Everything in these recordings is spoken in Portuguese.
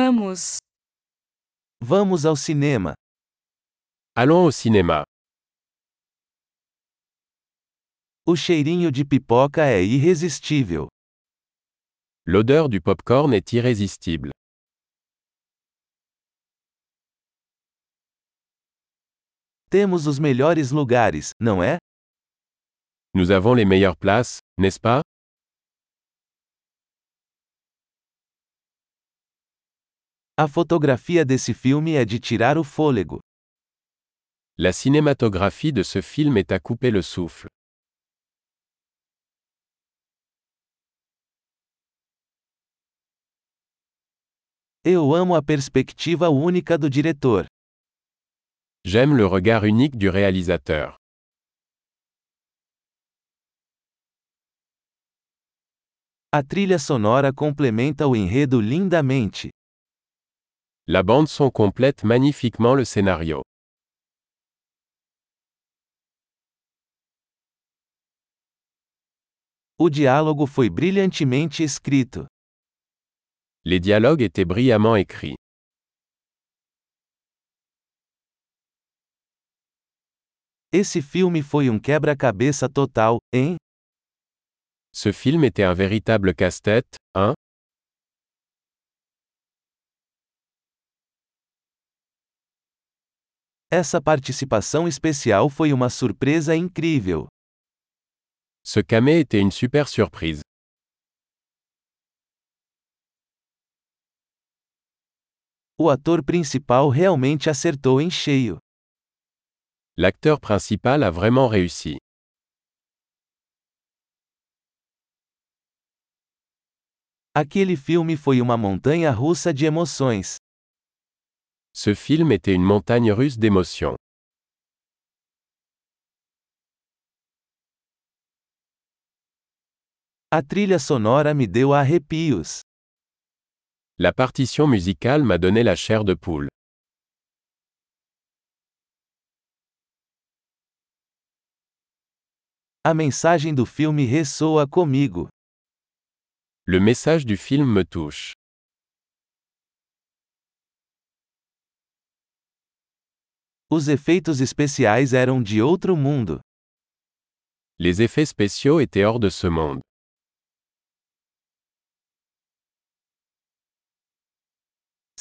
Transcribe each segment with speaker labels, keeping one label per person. Speaker 1: Vamos.
Speaker 2: Vamos ao cinema.
Speaker 3: Allons au cinéma.
Speaker 2: O cheirinho de pipoca é irresistível.
Speaker 3: L'odeur du popcorn est irrésistible.
Speaker 2: Temos os melhores lugares, não é?
Speaker 3: Nous avons les meilleures places, n'est-ce pas
Speaker 2: A fotografia desse filme é de tirar o fôlego.
Speaker 3: La cinématographie de ce film est à couper le souffle.
Speaker 2: Eu amo a perspectiva única do diretor.
Speaker 3: J'aime le regard unique du réalisateur.
Speaker 2: A trilha sonora complementa o enredo lindamente.
Speaker 3: La bande son complète magnifiquement le scénario.
Speaker 2: O diálogo foi brilhantemente escrito.
Speaker 3: Les dialogues étaient brillamment écrits.
Speaker 2: Esse filme foi um quebra-cabeça total, hein?
Speaker 3: Ce film était un véritable casse-tête, hein
Speaker 2: Essa participação especial foi uma surpresa incrível.
Speaker 3: Ce camé était une super surprise.
Speaker 2: O ator principal realmente acertou em cheio.
Speaker 3: L'acteur principal a vraiment réussi.
Speaker 2: Aquele filme foi uma montanha russa de emoções.
Speaker 3: Ce film était une montagne russe d'émotions.
Speaker 2: A trilha sonora me deu arrepios.
Speaker 3: La partition musicale m'a donné la chair de poule.
Speaker 2: A mensagem do filme ressoa comigo.
Speaker 3: Le message du film me touche.
Speaker 2: Os efeitos especiais eram de outro mundo.
Speaker 3: Les effets spéciaux étaient hors de ce monde.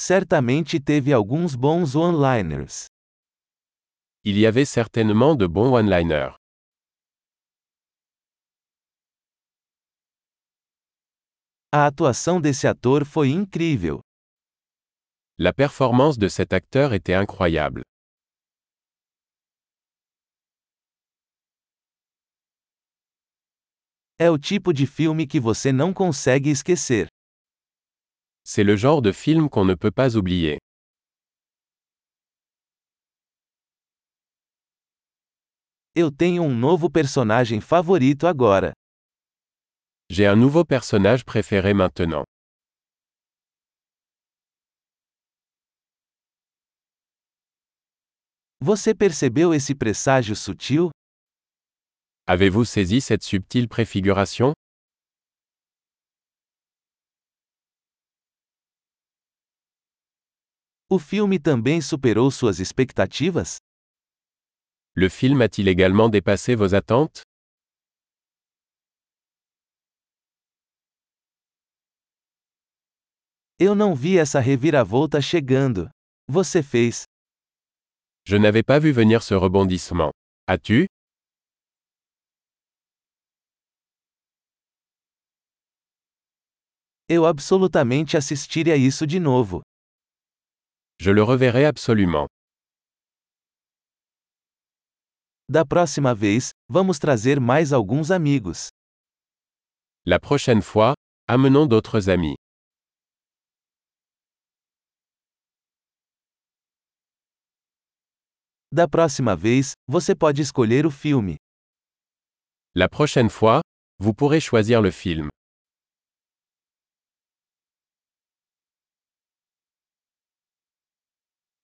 Speaker 2: Certamente teve alguns bons one-liners.
Speaker 3: Il y avait certainement de bons one-liners.
Speaker 2: A atuação desse ator foi incrível.
Speaker 3: La performance de cet acteur était incroyable.
Speaker 2: É o tipo de filme que você não consegue esquecer.
Speaker 3: C'est le genre de film qu'on ne peut pas oublier.
Speaker 2: Eu tenho um novo personagem favorito agora.
Speaker 3: J'ai un nouveau personnage préféré maintenant.
Speaker 2: Você percebeu esse presságio sutil?
Speaker 3: Avez-vous saisi cette subtile préfiguration
Speaker 2: O filme também superou suas expectativas?
Speaker 3: Le film a-t-il également dépassé vos attentes
Speaker 2: Eu não vi essa reviravolta chegando. Você fez.
Speaker 3: Je n'avais pas vu venir ce rebondissement. As-tu
Speaker 2: Eu absolutamente assistiria isso de novo.
Speaker 3: Je le reverrai absolument.
Speaker 2: Da próxima vez, vamos trazer mais alguns amigos.
Speaker 3: La prochaine fois, amenons d'autres amis.
Speaker 2: Da próxima vez, você pode escolher o filme.
Speaker 3: La prochaine fois, vous pourrez choisir le film.